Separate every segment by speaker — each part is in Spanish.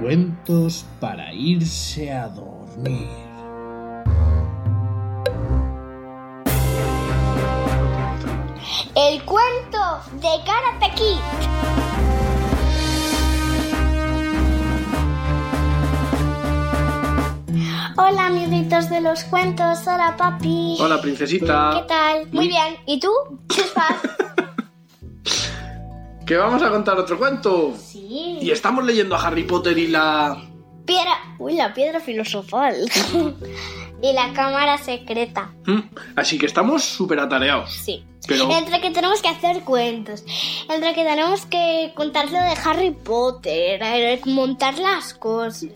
Speaker 1: Cuentos para irse a dormir.
Speaker 2: El cuento de Karate Kid. Hola amiguitos de los cuentos, hola papi.
Speaker 3: Hola, princesita.
Speaker 2: ¿Qué tal? Muy bien. ¿Y tú? ¿Qué estás?
Speaker 3: Que vamos a contar otro cuento. Y
Speaker 2: Sí.
Speaker 3: estamos leyendo a Harry Potter y la...
Speaker 2: Piedra. Uy, la piedra filosofal. y la cámara secreta.
Speaker 3: Mm, Así que estamos súper atareados.
Speaker 2: Sí.
Speaker 3: Pero-
Speaker 2: Entre que tenemos que hacer cuentos, entre que tenemos que contar lo de Harry Potter, eh, montar las cosas.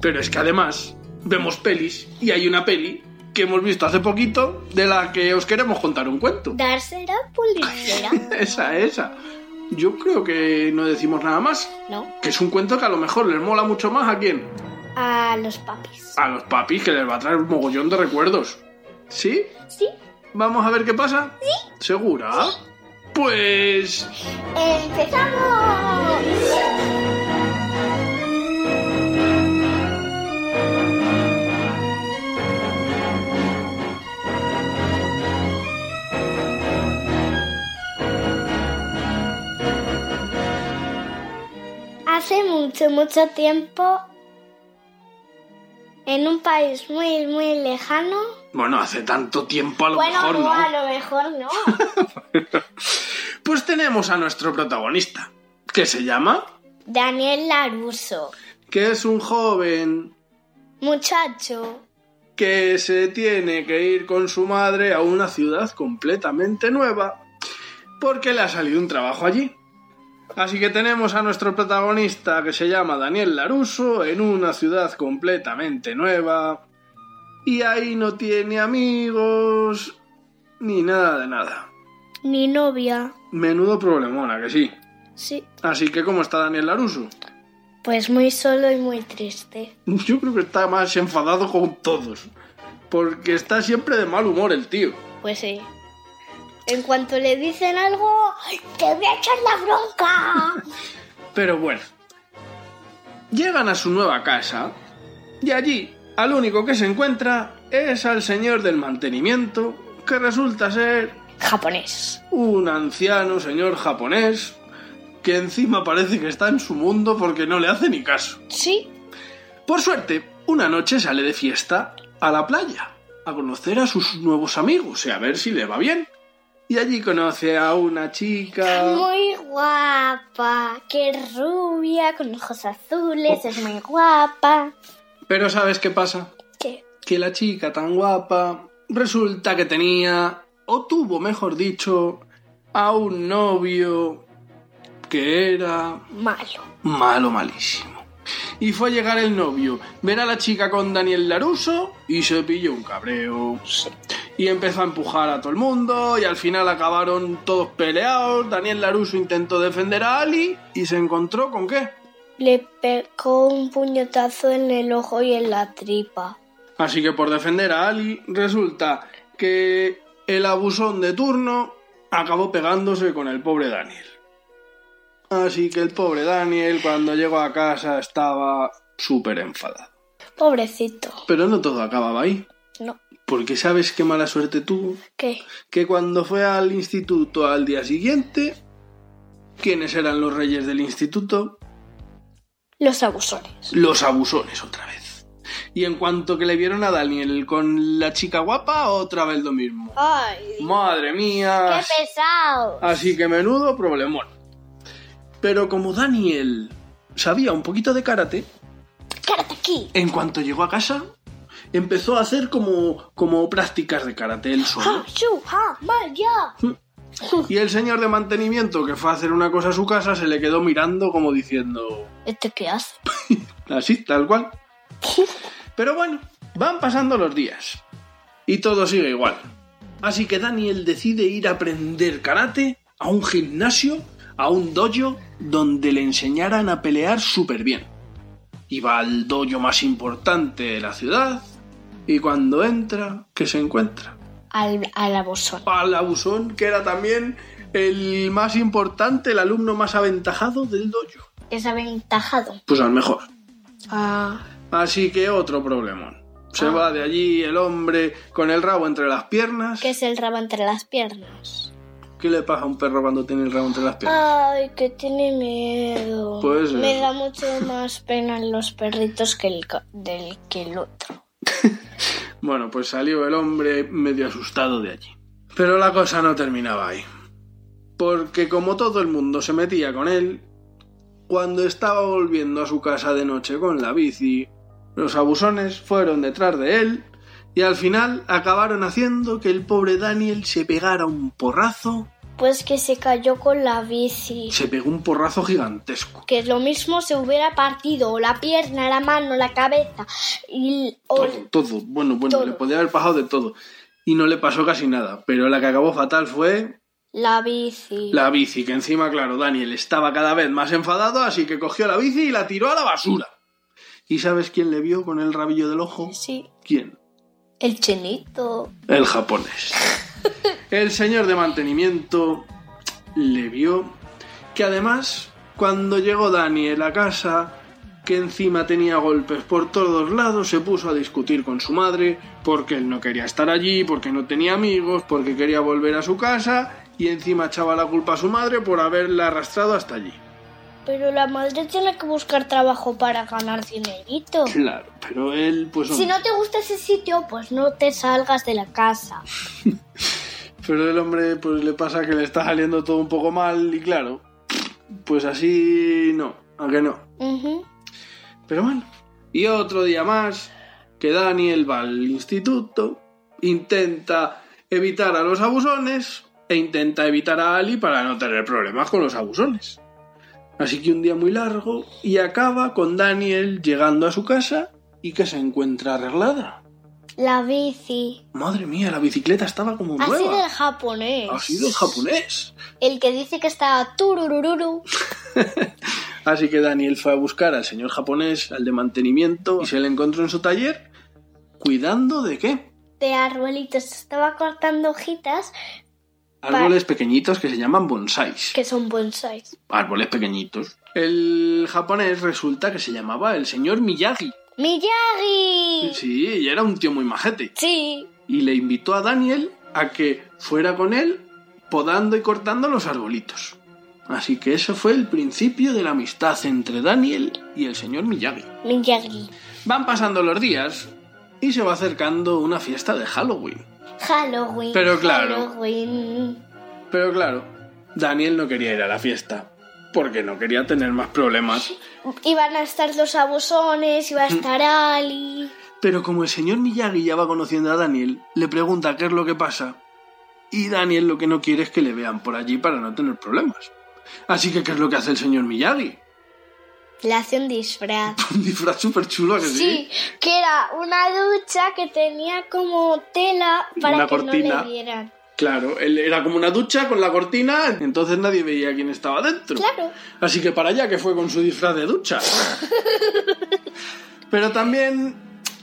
Speaker 3: Pero es que además vemos pelis y hay una peli que hemos visto hace poquito de la que os queremos contar un cuento.
Speaker 2: Dársela policera,
Speaker 3: Esa, esa. Yo creo que no decimos nada más.
Speaker 2: ¿no?
Speaker 3: Que es un cuento que a lo mejor les mola mucho más a quién.
Speaker 2: A los papis.
Speaker 3: A los papis que les va a traer un mogollón de recuerdos. ¿Sí?
Speaker 2: Sí.
Speaker 3: ¿Vamos a ver qué pasa? Sí. ¿Segura? Pues...
Speaker 2: ¡Empezamos! Hace mucho, mucho tiempo, en un país muy, muy lejano.
Speaker 3: Bueno, hace tanto tiempo a lo
Speaker 2: bueno,
Speaker 3: mejor
Speaker 2: no,
Speaker 3: no.
Speaker 2: a lo mejor no.
Speaker 3: Pues tenemos a nuestro protagonista, que se llama,
Speaker 2: Daniel Laruso,
Speaker 3: que es un joven
Speaker 2: muchacho
Speaker 3: que se tiene que ir con su madre a una ciudad completamente nueva, porque le ha salido un trabajo allí. Así que tenemos a nuestro protagonista, que se llama Daniel Laruso, en una ciudad completamente nueva, y ahí no tiene amigos, ni nada de nada.
Speaker 2: Mi novia.
Speaker 3: Menudo problemona, que sí.
Speaker 2: Sí.
Speaker 3: Así que, ¿cómo está Daniel Laruso?
Speaker 2: Pues muy solo y muy triste.
Speaker 3: Yo creo que está más enfadado con todos. Porque está siempre de mal humor el tío.
Speaker 2: Pues sí. En cuanto le dicen algo, te voy a echar la bronca.
Speaker 3: Pero bueno. Llegan a su nueva casa. Y allí, al único que se encuentra es al señor del mantenimiento, que resulta ser
Speaker 2: Japonés.
Speaker 3: un anciano señor japonés, que encima parece que está en su mundo porque no le hace ni caso.
Speaker 2: Sí.
Speaker 3: Por suerte, una noche sale de fiesta a la playa, a conocer a sus nuevos amigos y a ver si le va bien. Y allí conoce a una chica...
Speaker 2: Muy guapa. Qué rubia, con ojos azules, es muy guapa.
Speaker 3: Pero ¿sabes qué pasa?
Speaker 2: ¿Qué?
Speaker 3: Que la chica tan guapa resulta que tenía, o tuvo mejor dicho, a un novio que era
Speaker 2: Malo.
Speaker 3: malo malísimo. Y fue a llegar el novio, ver a la chica con Daniel Laruso y se pilló un cabreo. Y empezó a empujar a todo el mundo y al final acabaron todos peleados. Daniel Laruso intentó defender a Ali y se encontró con qué.
Speaker 2: Le pegó un puñetazo en el ojo y en la tripa.
Speaker 3: Así que por defender a Ali resulta que el abusón de turno acabó pegándose con el pobre Daniel. Así que el pobre Daniel cuando llegó a casa estaba súper enfadado.
Speaker 2: Pobrecito.
Speaker 3: Pero no todo acababa ahí.
Speaker 2: No.
Speaker 3: Porque sabes qué mala suerte tuvo.
Speaker 2: ¿Qué?
Speaker 3: Que cuando fue al instituto al día siguiente, ¿quiénes eran los reyes del instituto?
Speaker 2: Los abusores.
Speaker 3: Los abusones otra vez. Y en cuanto que le vieron a Daniel con la chica guapa, otra vez lo mismo.
Speaker 2: Ay,
Speaker 3: Madre mía.
Speaker 2: qué pesado.
Speaker 3: Así que menudo problemón. Pero como Daniel sabía un poquito de karate,
Speaker 2: Quédate aquí.
Speaker 3: en cuanto llegó a casa,
Speaker 2: Ah,
Speaker 3: empezó a hacer como, como prácticas de karate él solo.
Speaker 2: Ha, shu, ha, ma, ya.
Speaker 3: Y el señor de mantenimiento que fue a hacer una cosa a su casa se le quedó mirando como diciendo,
Speaker 2: ¿Este qué hace?
Speaker 3: así, tal cual. Pero bueno, van pasando los días y todo sigue igual. Así que Daniel decide ir a aprender karate a un gimnasio, a un dojo donde le enseñaran a pelear súper bien. Y va al dojo más importante de la ciudad y cuando entra, ¿qué se encuentra?
Speaker 2: Al, al abusón.
Speaker 3: Al abusón, que era también el más importante, el alumno más aventajado del dojo.
Speaker 2: Es aventajado.
Speaker 3: Pues al mejor.
Speaker 2: Ah.
Speaker 3: Así que otro problemón. Se
Speaker 2: Ah.
Speaker 3: va de allí el hombre con el rabo entre las piernas.
Speaker 2: Que
Speaker 3: ¿Qué,
Speaker 2: es el rabo entre las piernas.
Speaker 3: le pasa a un perro cuando tiene el rabo entre las piernas?
Speaker 2: Ay, que tiene miedo.
Speaker 3: Pues, eh.
Speaker 2: Me da mucho más pena los perritos que el, co- del, que el otro.
Speaker 3: Bueno, pues salió el hombre medio asustado de allí. Pero la cosa no terminaba ahí. Porque como todo el mundo se metía con él, cuando estaba volviendo a su casa de noche con la bici, los abusones fueron detrás de él y al final acabaron haciendo que el pobre Daniel se pegara un porrazo.
Speaker 2: Pues que se cayó con la bici.
Speaker 3: Se pegó un porrazo gigantesco.
Speaker 2: Que lo mismo se hubiera partido la pierna, la mano, la cabeza y o-
Speaker 3: Todo, todo. Bueno, bueno,
Speaker 2: Todo.
Speaker 3: le podía haber pasado de todo. Y no le pasó casi nada. Pero la que acabó fatal fue
Speaker 2: la bici.
Speaker 3: la bici, que encima, claro, Daniel estaba cada vez más enfadado, así que cogió la bici y la tiró a la basura. ¿Y sabes quién le vio con el rabillo del ojo?
Speaker 2: Sí.
Speaker 3: ¿Quién?
Speaker 2: El chenito.
Speaker 3: El japonés. El señor de mantenimiento le vio que además, cuando llegó Daniel a casa, que encima tenía golpes por todos lados, se puso a discutir con su madre porque él no quería estar allí, porque no tenía amigos, porque quería volver a su casa y encima echaba la culpa a su madre por haberla arrastrado hasta allí.
Speaker 2: Pero la madre tiene que buscar trabajo para ganar dinerito.
Speaker 3: Claro, pero él pues...
Speaker 2: Si
Speaker 3: hombre,
Speaker 2: no te gusta ese sitio, pues no te salgas de la casa.
Speaker 3: Pero el hombre, pues le pasa que le está saliendo todo un poco mal y claro, pues así no, a que no.
Speaker 2: Ujú.
Speaker 3: Pero bueno. Y otro día más que Daniel va al instituto, intenta evitar a los abusones e intenta evitar a Ali para no tener problemas con los abusones. Así que un día muy largo y acaba con Daniel llegando a su casa y que se encuentra arreglada.
Speaker 2: La bici.
Speaker 3: Madre mía, la bicicleta estaba como
Speaker 2: Ha sido
Speaker 3: nueva.
Speaker 2: el japonés.
Speaker 3: Ha sido el japonés.
Speaker 2: El que dice que está tururururu.
Speaker 3: Así que Daniel fue a buscar al señor japonés, al de mantenimiento, y se le encontró en su taller cuidando de qué?
Speaker 2: De arbolitos. Estaba cortando hojitas
Speaker 3: Árboles pequeñitos que se llaman bonsais.
Speaker 2: que son bonsais.
Speaker 3: Árboles pequeñitos. El japonés resulta que se llamaba el señor Miyagi.
Speaker 2: ¡Miyagi!
Speaker 3: Sí, y era un tío muy majete.
Speaker 2: Sí.
Speaker 3: Y le invitó a Daniel a que fuera con él podando y cortando los arbolitos. Así que eso fue el principio de la amistad entre Daniel y el señor Miyagi.
Speaker 2: Miyagi.
Speaker 3: Van pasando los días y se va acercando una fiesta de Halloween.
Speaker 2: Halloween.
Speaker 3: Pero claro.
Speaker 2: Halloween.
Speaker 3: Pero claro, Daniel no quería ir a la fiesta porque no quería tener más problemas.
Speaker 2: Iban a estar los abusones, iba a estar Ali.
Speaker 3: Pero como el señor Miyagi ya va conociendo a Daniel, le pregunta qué es lo que pasa. Y Daniel lo que no quiere es que le vean por allí para no tener problemas. Así que, ¿qué es lo que hace el señor Miyagi?
Speaker 2: Le hace un disfraz.
Speaker 3: Un disfraz súper chulo, que
Speaker 2: Sí, que era una ducha que tenía como tela para
Speaker 3: Una
Speaker 2: que
Speaker 3: cortina.
Speaker 2: no le vieran.
Speaker 3: Claro, él era como una ducha con la cortina, entonces nadie veía quién estaba dentro.
Speaker 2: Claro.
Speaker 3: Así que para allá que fue con su disfraz de ducha. Pero también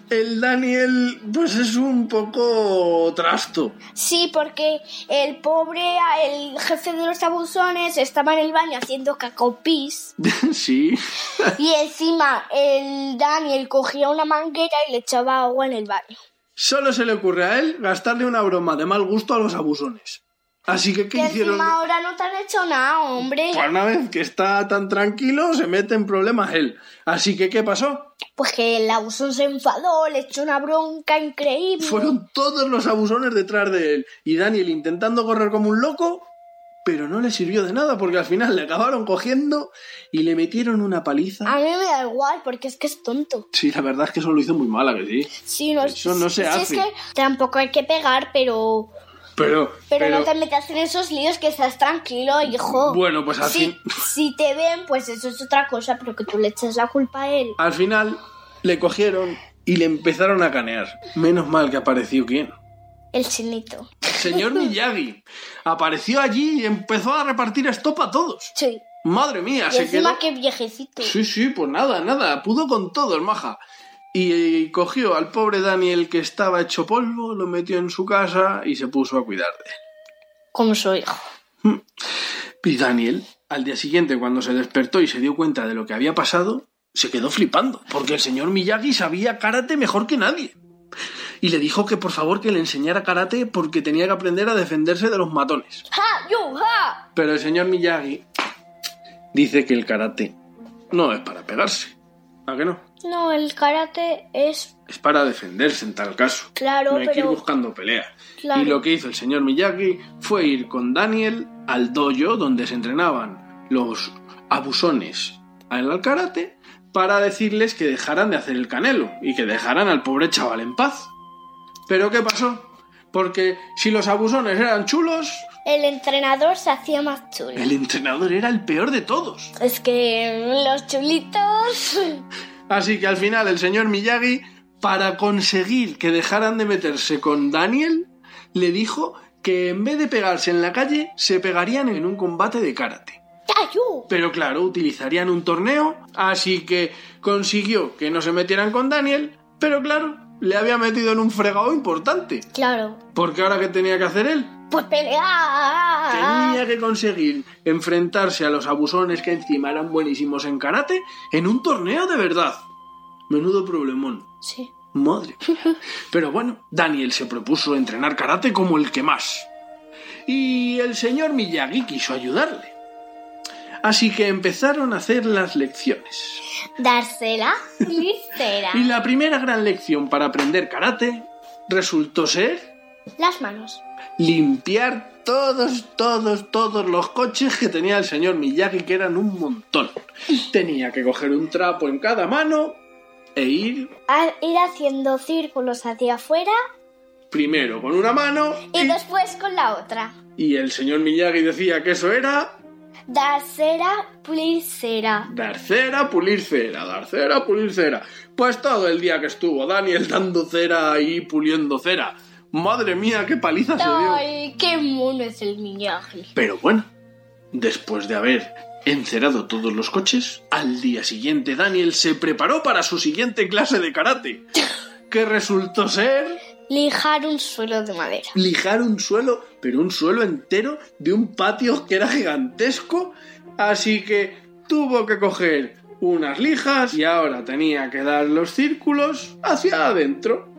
Speaker 3: el Daniel, pues es un poco trasto.
Speaker 2: Sí, porque el pobre, el jefe de los abusones, estaba en el baño haciendo cacopis.
Speaker 3: sí.
Speaker 2: Y encima el Daniel cogía una manguera y le echaba agua en el baño.
Speaker 3: Solo se le ocurre a él gastarle una broma de mal gusto a los abusones. Así que, ¿qué
Speaker 2: Que
Speaker 3: hicieron?
Speaker 2: encima ahora no te han hecho nada, hombre.
Speaker 3: Pues una vez que está tan tranquilo, se mete en problemas él. Así que, ¿qué pasó?
Speaker 2: Pues que el abusón se enfadó, le echó una bronca increíble.
Speaker 3: Fueron todos los abusones detrás de él. Y Daniel intentando correr como un loco, pero no le sirvió de nada porque al final le acabaron cogiendo y le metieron una
Speaker 2: A
Speaker 3: paliza.
Speaker 2: mí me da igual, porque es que es tonto.
Speaker 3: Sí, la verdad es que eso lo hizo muy mala, que sí.
Speaker 2: Sí, no,
Speaker 3: Eso no se
Speaker 2: sí,
Speaker 3: hace.
Speaker 2: Es que tampoco hay que pegar, pero
Speaker 3: Pero,
Speaker 2: Pero,
Speaker 3: pero-
Speaker 2: no te metas en esos líos que estás tranquilo, hijo.
Speaker 3: Bueno, pues al
Speaker 2: si,
Speaker 3: fin-
Speaker 2: si te ven, pues eso es otra cosa, pero que tú le eches la culpa a él.
Speaker 3: al final le cogieron y le empezaron a canear. Menos mal que apareció quién.
Speaker 2: El chinito.
Speaker 3: Señor Miyagi. Apareció allí y empezó a repartir estopa a todos.
Speaker 2: Sí.
Speaker 3: Madre mía,
Speaker 2: Y
Speaker 3: se quedó.
Speaker 2: encima que viejecito.
Speaker 3: Sí, sí, pues nada, nada. Pudo con todo el maja. Y, eh, cogió al pobre Daniel que estaba hecho polvo, lo metió en su casa y se puso a cuidar de él.
Speaker 2: Como su hijo.
Speaker 3: Y Daniel, al día siguiente, cuando se despertó y se dio cuenta de lo que había pasado, se quedó flipando, porque el señor Miyagi sabía karate mejor que nadie. Y le dijo que por favor que le enseñara karate porque tenía que aprender a defenderse de los matones.
Speaker 2: ¡Ja! ¡Yo! ¡Ja!
Speaker 3: Pero el señor Miyagi dice que el karate no es para pegarse. ¿A que no?
Speaker 2: No, el karate es
Speaker 3: Es para defenderse en tal caso.
Speaker 2: Claro,
Speaker 3: no hay que ir
Speaker 2: pero-
Speaker 3: buscando peleas.
Speaker 2: Claro.
Speaker 3: Y lo que hizo el señor Miyagi fue ir con Daniel al dojo donde se entrenaban los abusones al karate para decirles que dejaran de hacer el canelo y que dejaran al pobre chaval en paz. Pero ¿qué pasó? Porque si los abusones eran chulos,
Speaker 2: el entrenador se hacía más chulo.
Speaker 3: el entrenador era el peor de todos.
Speaker 2: Es que los chulitos.
Speaker 3: Así que al final el señor Miyagi, para conseguir que dejaran de meterse con Daniel, le dijo que en vez de pegarse en la calle, se pegarían en un combate de karate.
Speaker 2: ¡Ya, yo!
Speaker 3: Pero claro, utilizarían un torneo, así que consiguió que no se metieran con Daniel, pero claro, le había metido en un fregado importante.
Speaker 2: Claro.
Speaker 3: Porque ahora que tenía que hacer él,
Speaker 2: Pues pelear.
Speaker 3: tenía que conseguir enfrentarse a los abusones que encima eran buenísimos en karate en un torneo de verdad. Menudo problemón.
Speaker 2: Sí.
Speaker 3: Madre. mía. Pero bueno, Daniel se propuso entrenar karate como el que más. Y el señor Miyagi quiso ayudarle. Así que empezaron a hacer las lecciones.
Speaker 2: Dársela. Listera.
Speaker 3: Y la primera gran lección para aprender karate resultó ser
Speaker 2: Las manos.
Speaker 3: limpiar todos, todos, todos los coches que tenía el señor Miyagi, que eran un montón. Tenía que coger un trapo en cada mano e ir
Speaker 2: A ir haciendo círculos hacia afuera
Speaker 3: primero con una mano
Speaker 2: y después con la otra.
Speaker 3: Y el señor Miyagi decía que eso era
Speaker 2: Dar cera, pulir cera.
Speaker 3: dar cera, pulir cera, dar cera, pulir cera. Pues todo el día que estuvo Daniel dando cera y puliendo cera. Madre mía, qué paliza se dio.
Speaker 2: ¡Ay, qué mono es el Miyagi!
Speaker 3: Pero bueno, después de haber encerado todos los coches, al día siguiente Daniel se preparó para su siguiente clase de karate, que resultó ser
Speaker 2: Lijar un suelo de madera.
Speaker 3: lijar un suelo, pero un suelo entero de un patio que era gigantesco. Así que tuvo que coger unas lijas y ahora tenía que dar los círculos hacia adentro.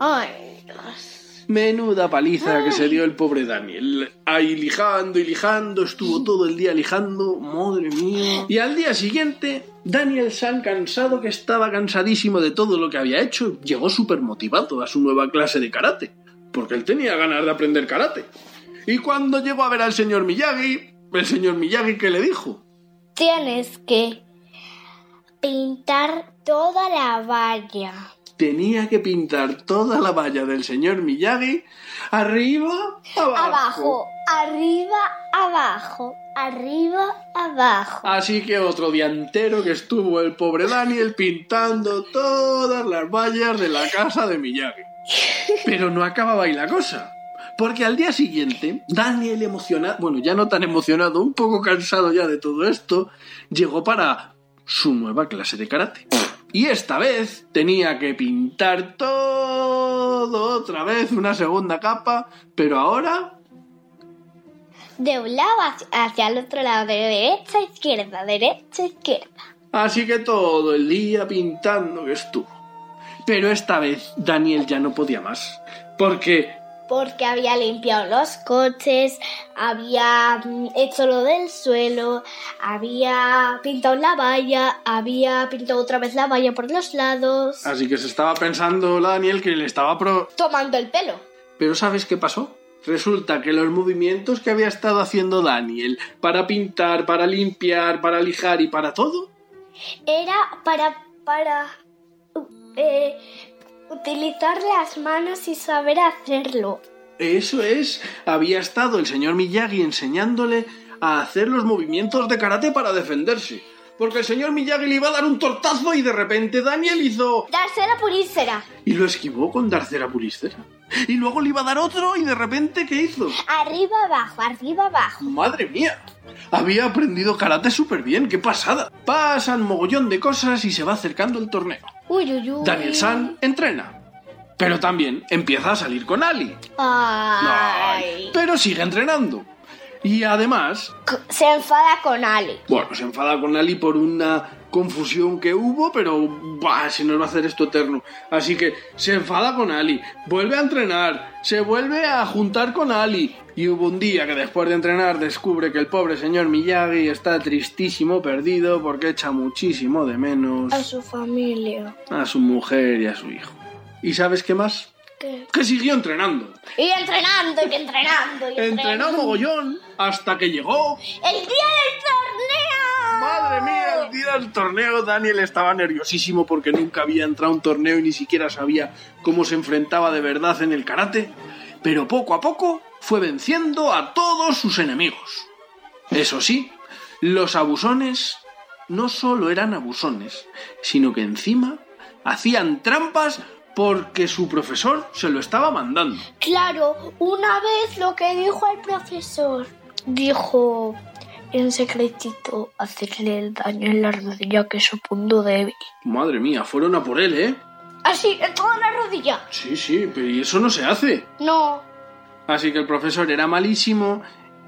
Speaker 2: ¡Ay, Dios!
Speaker 3: Menuda paliza que se dio el pobre Daniel. Ahí lijando y lijando, estuvo todo el día lijando, madre mía. Y al día siguiente, Daniel San, cansado que estaba cansadísimo de todo lo que había hecho, llegó súper motivado a su nueva clase de karate, porque él tenía ganas de aprender karate. Y cuando llegó a ver al señor Miyagi, el señor Miyagi, ¿qué le dijo?
Speaker 2: Tienes que pintar toda la valla.
Speaker 3: Tenía que pintar toda la valla del señor Miyagi arriba,
Speaker 2: Abajo, arriba, abajo, arriba, abajo.
Speaker 3: Así que otro día entero que estuvo el pobre Daniel pintando todas las vallas de la casa de Miyagi. Pero no acababa ahí la cosa. Porque al día siguiente, Daniel emocionado, bueno, ya no tan emocionado, un poco cansado ya de todo esto, llegó para su nueva clase de karate. Y esta vez tenía que pintar todo otra vez, una segunda capa, pero ahora
Speaker 2: De un lado hacia, hacia el otro lado, de derecha a izquierda, derecha a izquierda.
Speaker 3: Así que todo el día pintando que estuvo. Pero esta vez Daniel ya no podía más. Porque
Speaker 2: Porque había limpiado los coches, había mm, hecho lo del suelo, había pintado la valla, había pintado otra vez la valla por los lados.
Speaker 3: así que se estaba pensando Daniel que le estaba pro...
Speaker 2: Tomando el pelo.
Speaker 3: Pero ¿sabes qué pasó? Resulta que los movimientos que había estado haciendo Daniel para pintar, para limpiar, para lijar y para todo,
Speaker 2: Era para, para uh, eh, utilizar las manos y saber hacerlo.
Speaker 3: Eso es. Había estado el señor Miyagi enseñándole a hacer los movimientos de karate para defenderse. Porque el señor Miyagi le iba a dar un tortazo y de repente Daniel hizo...
Speaker 2: Darcela purísfera.
Speaker 3: Y lo esquivó con Darcera Pulícera. Y luego le iba a dar otro y de repente ¿qué hizo?
Speaker 2: Arriba, abajo, arriba, abajo.
Speaker 3: Madre mía. Había aprendido karate súper bien, qué pasada. Pasan mogollón de cosas y se va acercando el torneo.
Speaker 2: Uy, uy, uy.
Speaker 3: Daniel San entrena. Pero también empieza a salir con Ali.
Speaker 2: Ay.
Speaker 3: Pero sigue entrenando. Y además,
Speaker 2: C- Se enfada con Ali.
Speaker 3: bueno, se enfada con Ali por una confusión que hubo, pero bah, se nos va a hacer esto eterno. Así que se enfada con Ali, vuelve a entrenar, se vuelve a juntar con Ali. Y hubo un día que después de entrenar descubre que el pobre señor Miyagi está tristísimo, perdido, porque echa muchísimo de menos
Speaker 2: A su familia.
Speaker 3: a su mujer y a su hijo. ¿Y sabes qué más?
Speaker 2: ¿Qué?
Speaker 3: Que siguió entrenando.
Speaker 2: Y entrenando, y entrenando, y
Speaker 3: Entrenó
Speaker 2: entrenando.
Speaker 3: mogollón hasta que llegó
Speaker 2: ¡El día del torneo!
Speaker 3: Madre mía, el día del torneo Daniel estaba nerviosísimo porque nunca había entrado a un torneo y ni siquiera sabía cómo se enfrentaba de verdad en el karate, pero poco a poco fue venciendo a todos sus enemigos. Eso sí, los abusones no solo eran abusones, sino que encima hacían trampas porque su profesor se lo estaba mandando.
Speaker 2: Claro, una vez lo que dijo el profesor. Dijo en secretito hacerle el daño en la rodilla que es su punto débil.
Speaker 3: Madre mía, fueron a por él, ¿eh?
Speaker 2: Así, en toda la rodilla.
Speaker 3: Sí, sí, pero ¿y eso no se hace?
Speaker 2: No.
Speaker 3: Así que el profesor era malísimo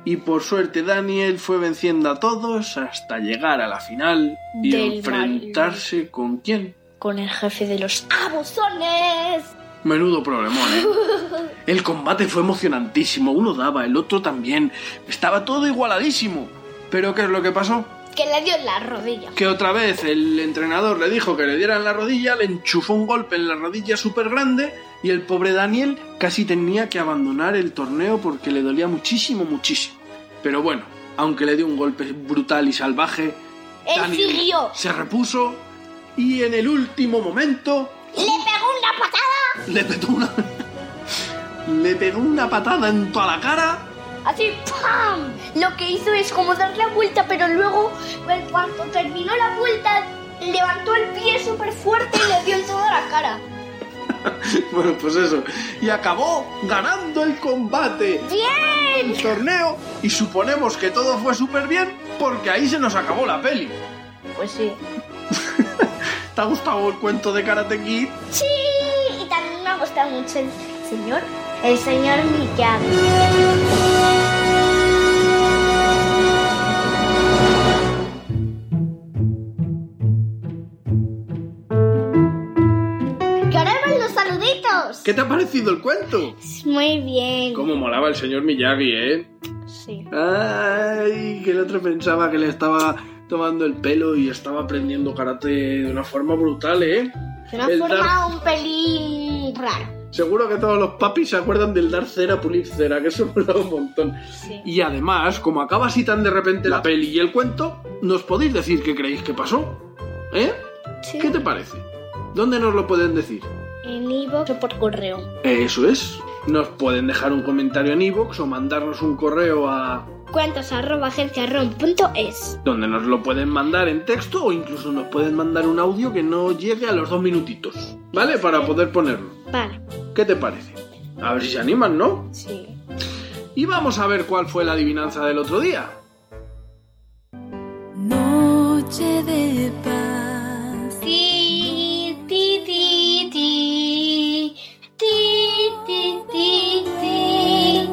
Speaker 3: y por suerte Daniel fue venciendo a todos hasta llegar a la final y
Speaker 2: Del
Speaker 3: enfrentarse con quién.
Speaker 2: Con el jefe de los abusones.
Speaker 3: Menudo problemón, ¿eh? El combate fue emocionantísimo, uno daba, el otro también, estaba todo igualadísimo. Pero ¿qué es lo que pasó?
Speaker 2: Que le dio en la rodilla.
Speaker 3: Que otra vez el entrenador le dijo que le dieran la rodilla, le enchufó un golpe en la rodilla súper grande y el pobre Daniel casi tenía que abandonar el torneo porque le dolía muchísimo, muchísimo. Pero bueno, aunque le dio un golpe brutal y salvaje,
Speaker 2: Él
Speaker 3: Daniel
Speaker 2: siguió.
Speaker 3: se repuso y en el último momento
Speaker 2: Le pegó una patada.
Speaker 3: le petó una... le pegó una patada en toda la cara
Speaker 2: Así, ¡pam! Lo que hizo es como dar la vuelta, pero luego, en cuanto terminó la vuelta, levantó el pie súper fuerte y le dio en toda la cara.
Speaker 3: Bueno, pues eso. Y acabó ganando el combate.
Speaker 2: ¡Bien!
Speaker 3: El torneo. Y suponemos que todo fue súper bien porque ahí se nos acabó la peli.
Speaker 2: Pues sí.
Speaker 3: ¿Te ha gustado el cuento de Karate Kid?
Speaker 2: Sí, y también me ha gustado mucho el señor, el señor Miyagi. Y ahora van los saluditos.
Speaker 3: ¿Qué te ha parecido el cuento?
Speaker 2: Muy bien.
Speaker 3: Cómo molaba el señor Miyagi, ¿eh?
Speaker 2: Sí.
Speaker 3: Ay, que el otro pensaba que le estaba tomando el pelo y estaba aprendiendo karate de una forma brutal, ¿eh?
Speaker 2: De una
Speaker 3: El
Speaker 2: forma
Speaker 3: dar-
Speaker 2: un pelín rara.
Speaker 3: Seguro que todos los papis se acuerdan del dar cera pulir cera, que eso molaba un montón.
Speaker 2: Sí.
Speaker 3: Y además, como acaba así tan de repente la peli y el cuento, nos podéis decir qué creéis que pasó. ¿Eh?
Speaker 2: Sí.
Speaker 3: ¿Qué te parece? ¿Dónde nos lo pueden decir?
Speaker 2: En Evox o por correo.
Speaker 3: Eso es. Nos pueden dejar un comentario en iVoox o mandarnos un correo a
Speaker 2: Cuentos arroba agenciaron.es.
Speaker 3: donde nos lo pueden mandar en texto o incluso nos pueden mandar un audio que no llegue a los dos minutitos, ¿vale? Para poder ponerlo.
Speaker 2: Vale.
Speaker 3: ¿Qué te parece? A ver si se animan, ¿no?
Speaker 2: Sí.
Speaker 3: Y vamos a ver cuál fue la adivinanza del otro día.
Speaker 4: Noche de paz,
Speaker 2: Ti, ti, ti, ti. Ti, ti, ti, ti.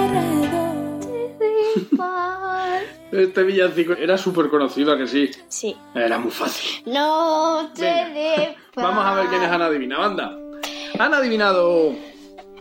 Speaker 4: Menderedor.
Speaker 3: Este villancico era súper conocido, ¿a que sí?
Speaker 2: Sí.
Speaker 3: Era muy fácil.
Speaker 2: No te
Speaker 3: Venga.
Speaker 2: de paz.
Speaker 3: Vamos a ver quiénes han adivinado, anda. Han adivinado...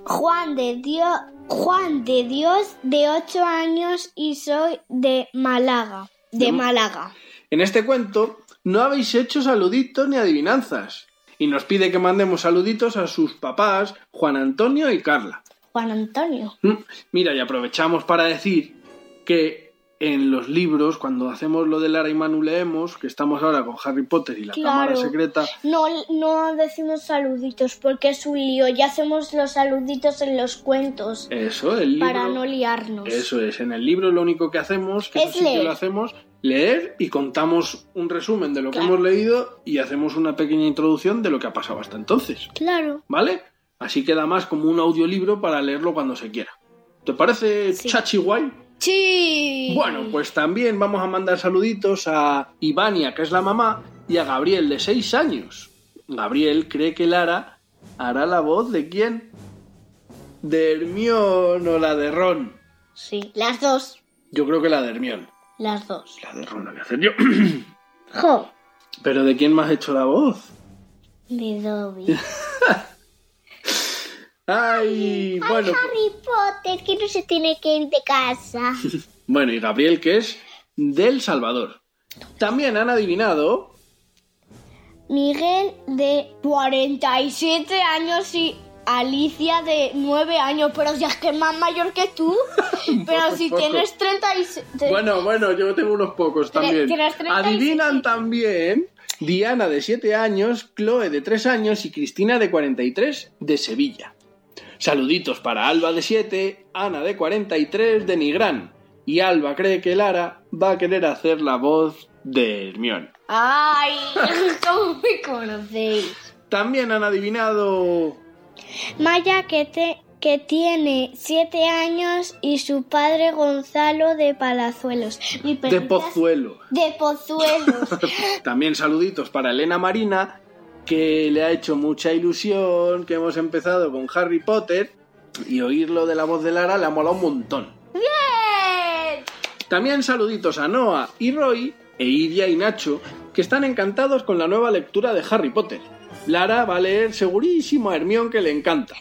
Speaker 2: Juan de Dios. Juan de Dios, de 8 años y soy de Málaga. De
Speaker 3: Mm.
Speaker 2: Málaga.
Speaker 3: En este cuento no habéis hecho saluditos ni adivinanzas. Y nos pide que mandemos saluditos a sus papás, Juan Antonio y Carla.
Speaker 2: Juan Antonio.
Speaker 3: Mm, Mira, y aprovechamos para decir que en los libros, cuando hacemos lo de Lara y Manu leemos, que estamos ahora con Harry Potter y la
Speaker 2: Claro.
Speaker 3: cámara secreta,
Speaker 2: No, no decimos saluditos porque es un lío. Ya hacemos los saluditos en los cuentos
Speaker 3: eso, el libro...
Speaker 2: para no liarnos.
Speaker 3: Eso es, en el libro lo único que hacemos, que
Speaker 2: Es
Speaker 3: eso sí que
Speaker 2: leer.
Speaker 3: lo hacemos, leer y contamos un resumen de lo que
Speaker 2: Claro.
Speaker 3: hemos leído y hacemos una pequeña introducción de lo que ha pasado hasta entonces,
Speaker 2: Claro.
Speaker 3: ¿vale? Así queda más como un audiolibro para leerlo cuando se quiera. ¿Te parece
Speaker 2: Sí.
Speaker 3: chachi guay?
Speaker 2: Sí.
Speaker 3: Bueno, pues también vamos a mandar saluditos a Ivania, que es la mamá, y a Gabriel, de 6 años. Gabriel cree que Lara hará la voz de quién? ¿De Hermión o la de Ron?
Speaker 2: Sí, las dos.
Speaker 3: Yo creo que la de Hermión.
Speaker 2: Las dos.
Speaker 3: La de Ron la voy a hacer yo.
Speaker 2: Jo.
Speaker 3: Pero ¿de quién más has hecho la voz?
Speaker 2: De Dobby.
Speaker 3: Ay, bueno.
Speaker 2: Harry Potter, que no se tiene que ir de casa.
Speaker 3: Bueno, y Gabriel, que es del Salvador. También han adivinado
Speaker 2: Miguel de 47 años y Alicia de 9 años, pero si es que es más mayor que tú, pero si
Speaker 3: poco.
Speaker 2: tienes 36...
Speaker 3: Bueno, bueno, yo tengo unos pocos
Speaker 2: Tre-
Speaker 3: también.
Speaker 2: tienes 37.
Speaker 3: Adivinan también Diana de 7 años, Chloe de 3 años y Cristina de 43 de Sevilla. Saluditos para Alba de 7, Ana de 43 de Nigrán. Y Alba cree que Lara va a querer hacer la voz de Hermión.
Speaker 2: Ay, ¿cómo me conocéis?
Speaker 3: También han adivinado...
Speaker 2: Maya que, te, que tiene 7 años y su padre Gonzalo de Palazuelos. Mi
Speaker 3: De
Speaker 2: perrita-
Speaker 3: Pozuelo.
Speaker 2: De Pozuelos.
Speaker 3: También saluditos para Elena Marina, que le ha hecho mucha ilusión, que hemos empezado con Harry Potter y oírlo de la voz de Lara le ha molado un montón.
Speaker 2: ¡Bien!
Speaker 3: También saluditos a Noah y Roy, e Iria y Nacho, que están encantados con la nueva lectura de Harry Potter. Lara va a leer segurísimo a Hermión que le encanta.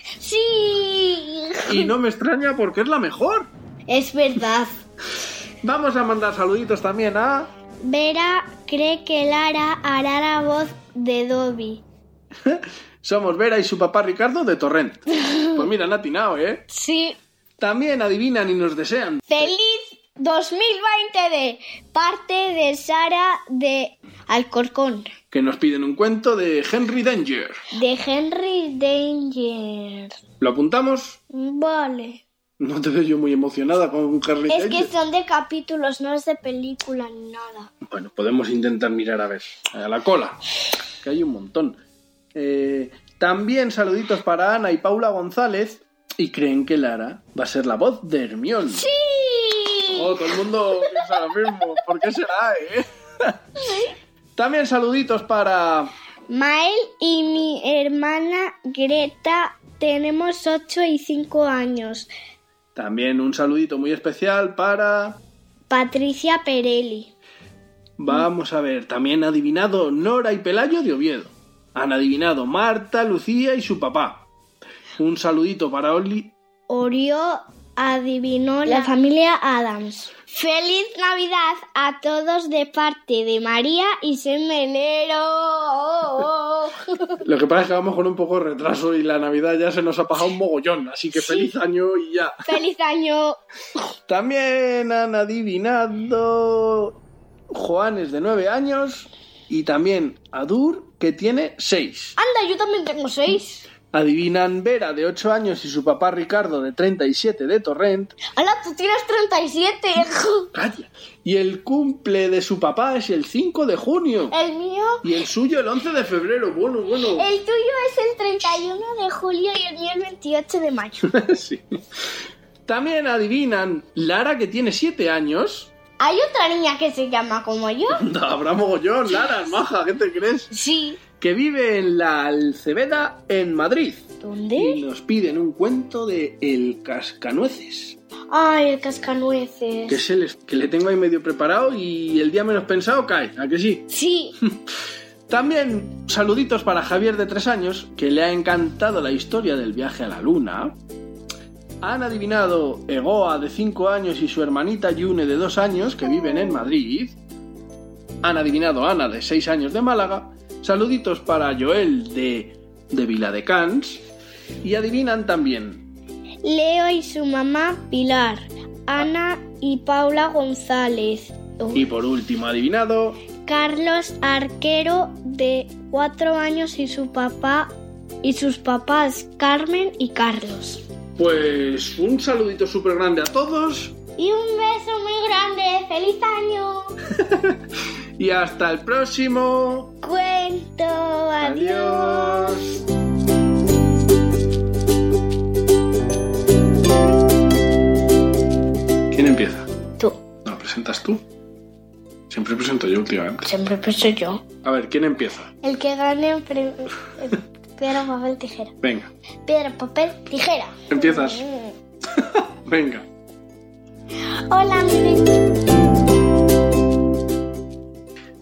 Speaker 2: ¡Sí!
Speaker 3: Y no me extraña porque es la mejor.
Speaker 2: Es verdad.
Speaker 3: Vamos a mandar saluditos también a...
Speaker 2: Vera cree que Lara hará la voz de Dobby.
Speaker 3: Somos Vera y su papá Ricardo de Torrent. Pues mira, han atinado, ¿eh?
Speaker 2: Sí.
Speaker 3: También adivinan y nos desean
Speaker 2: ¡Feliz 2020 de parte de Sara de Alcorcón,
Speaker 3: que nos piden un cuento de Henry Danger.
Speaker 2: de Henry Danger.
Speaker 3: ¿Lo apuntamos?
Speaker 2: Vale.
Speaker 3: No te veo yo muy emocionada con Henry
Speaker 2: Es que
Speaker 3: Danger.
Speaker 2: son de capítulos, no es de película ni nada.
Speaker 3: Bueno, podemos intentar mirar a ver. A la cola. Que hay un montón. Eh, también saluditos para Ana y Paula González. Y creen que Lara va a ser la voz de Hermión. ¡Sí! Oh, todo el mundo piensa lo mismo. ¿Por qué será, eh? También saluditos para...
Speaker 2: Mael y mi hermana Greta tenemos 8 y 5 años.
Speaker 3: También un saludito muy especial para...
Speaker 2: Patricia Perelli.
Speaker 3: Vamos a ver, también ha adivinado Nora y Pelayo de Oviedo. Han adivinado Marta, Lucía y su papá. Un saludito para Oli.
Speaker 2: Orió adivinó la, familia Adams. ¡Feliz Navidad a todos de parte de María y Semenero! ¡Oh, oh, oh!
Speaker 3: Lo que pasa es que vamos con un poco de retraso y la Navidad ya se nos ha pasado un mogollón, así que feliz año y ya.
Speaker 2: ¡Feliz año!
Speaker 3: También han adivinado Juanes de 9 años y también Adur que tiene 6.
Speaker 2: Anda, yo también tengo seis.
Speaker 3: Adivinan Vera de 8 años y su papá Ricardo de 37 de Torrent.
Speaker 2: ¡Hala, tú tienes 37!
Speaker 3: Calla. Y el cumple de su papá es el 5 de junio.
Speaker 2: El mío...
Speaker 3: Y el suyo el 11 de febrero. Bueno, bueno.
Speaker 2: El tuyo es el 31 de julio y el mío el 28 de mayo.
Speaker 3: Sí. También adivinan Lara, que tiene 7 años.
Speaker 2: ¿Hay otra niña que se llama como yo?
Speaker 3: No, habrá mogollón, Lara, maja, ¿qué te crees?
Speaker 2: Sí.
Speaker 3: Que vive en la Alcebeda, en Madrid. Y
Speaker 2: ¿Dónde?
Speaker 3: nos piden un cuento de El
Speaker 2: Ay,
Speaker 3: Cascanueces.
Speaker 2: Ah, el cascanueces.
Speaker 3: Que es el que le tengo ahí medio preparado y el día menos pensado cae. ¿A que sí?
Speaker 2: Sí.
Speaker 3: También saluditos para Javier de 3 años, que le ha encantado la historia del viaje a la luna. Han adivinado Egoa de 5 años y su hermanita Yune de 2 años, que viven en Madrid. Han adivinado Ana de 6 años de Málaga. Saluditos para Joel de, de Viladecans. Y adivinan también
Speaker 2: Leo y su mamá Pilar Ana y Paula González. Oh.
Speaker 3: Y por último, adivinado,
Speaker 2: Carlos Arquero de cuatro años y su papá y sus papás Carmen y Carlos.
Speaker 3: pues un saludito súper grande a todos
Speaker 2: Y un beso muy grande, feliz año.
Speaker 3: y hasta el próximo.
Speaker 2: Cuento, adiós.
Speaker 3: Adiós. ¿Quién empieza?
Speaker 2: Tú,
Speaker 3: No, presentas tú. Siempre presento yo últimamente.
Speaker 2: siempre pienso yo.
Speaker 3: A ver, ¿quién empieza?
Speaker 2: El que gane en prim- en piedra, papel, tijera.
Speaker 3: Venga,
Speaker 2: Piedra, papel, tijera.
Speaker 3: empiezas. Venga.
Speaker 2: Hola, amigos.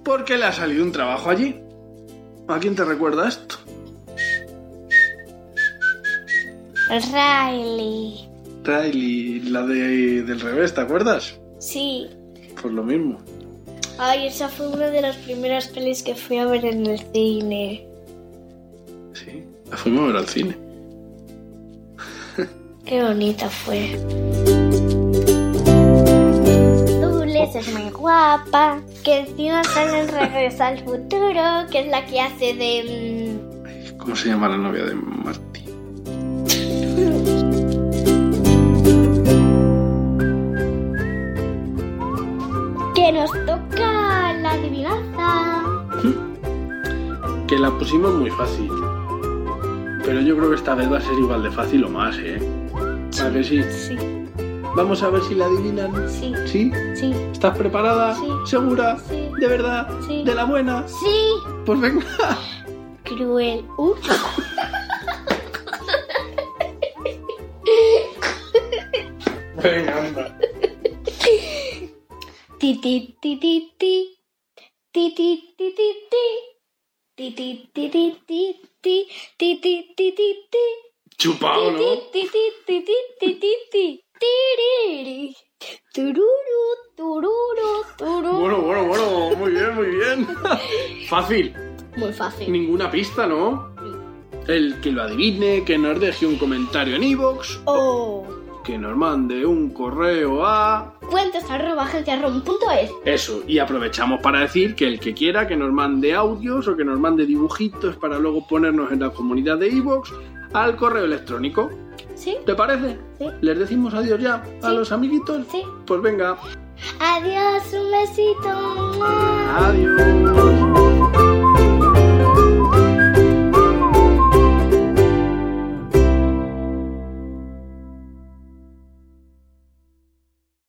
Speaker 3: ¿Por qué le ha salido un trabajo allí? ¿A quién te recuerda esto?
Speaker 2: Riley.
Speaker 3: Riley, la de, del revés, ¿te acuerdas?
Speaker 2: Sí.
Speaker 3: Pues lo mismo.
Speaker 2: Ay, esa fue una de las primeras pelis que fui a ver en el cine.
Speaker 3: Sí, la fuimos a ver al cine.
Speaker 2: Qué bonita fue. Dulce es muy guapa. Que encima sale en Regreso al Futuro, que es la que hace de... mm,
Speaker 3: ¿Cómo se llama la novia de Martín?
Speaker 2: mm, Que nos toca la adivinanza.
Speaker 3: Que la pusimos muy fácil. Pero yo creo que esta vez va a ser igual de fácil o más, ¿eh? ¿A que sí?
Speaker 2: Sí,
Speaker 3: Vamos a ver si la adivinan.
Speaker 2: sí,
Speaker 3: ¿Sí?
Speaker 2: sí,
Speaker 3: ¿Estás preparada?
Speaker 2: Sí.
Speaker 3: ¿Segura?
Speaker 2: Sí.
Speaker 3: ¿De verdad?
Speaker 2: Sí.
Speaker 3: ¿De la buena?
Speaker 2: sí.
Speaker 3: Pues venga.
Speaker 2: Cruel. Uf.
Speaker 3: Venga, anda.
Speaker 2: Ti ti ti ti ti. Ti ti ti ti ti. Ti ti ti ti ti ti. Ti ti ti ti ti.
Speaker 3: Chupao,
Speaker 2: Ti
Speaker 3: ¿no?
Speaker 2: ti ti ti ti ti ti ti. Tiriri. Tururu, tururu, tururu.
Speaker 3: Bueno, bueno, bueno. Muy bien, muy bien. fácil.
Speaker 2: Muy fácil.
Speaker 3: Ninguna pista, ¿no? El que lo adivine, que nos deje un comentario en iVoox,
Speaker 2: Oh.
Speaker 3: que nos mande un correo a...
Speaker 2: Cuentos arroba agenciarom.es.
Speaker 3: Eso, y aprovechamos para decir que el que quiera que nos mande audios o que nos mande dibujitos para luego ponernos en la comunidad de iVoox al correo electrónico.
Speaker 2: ¿Sí?
Speaker 3: ¿Te parece?
Speaker 2: Sí.
Speaker 3: ¿Les decimos adiós ya a
Speaker 2: Sí.
Speaker 3: los amiguitos?
Speaker 2: Sí.
Speaker 3: Pues venga,
Speaker 2: Adiós, un besito.
Speaker 3: adiós.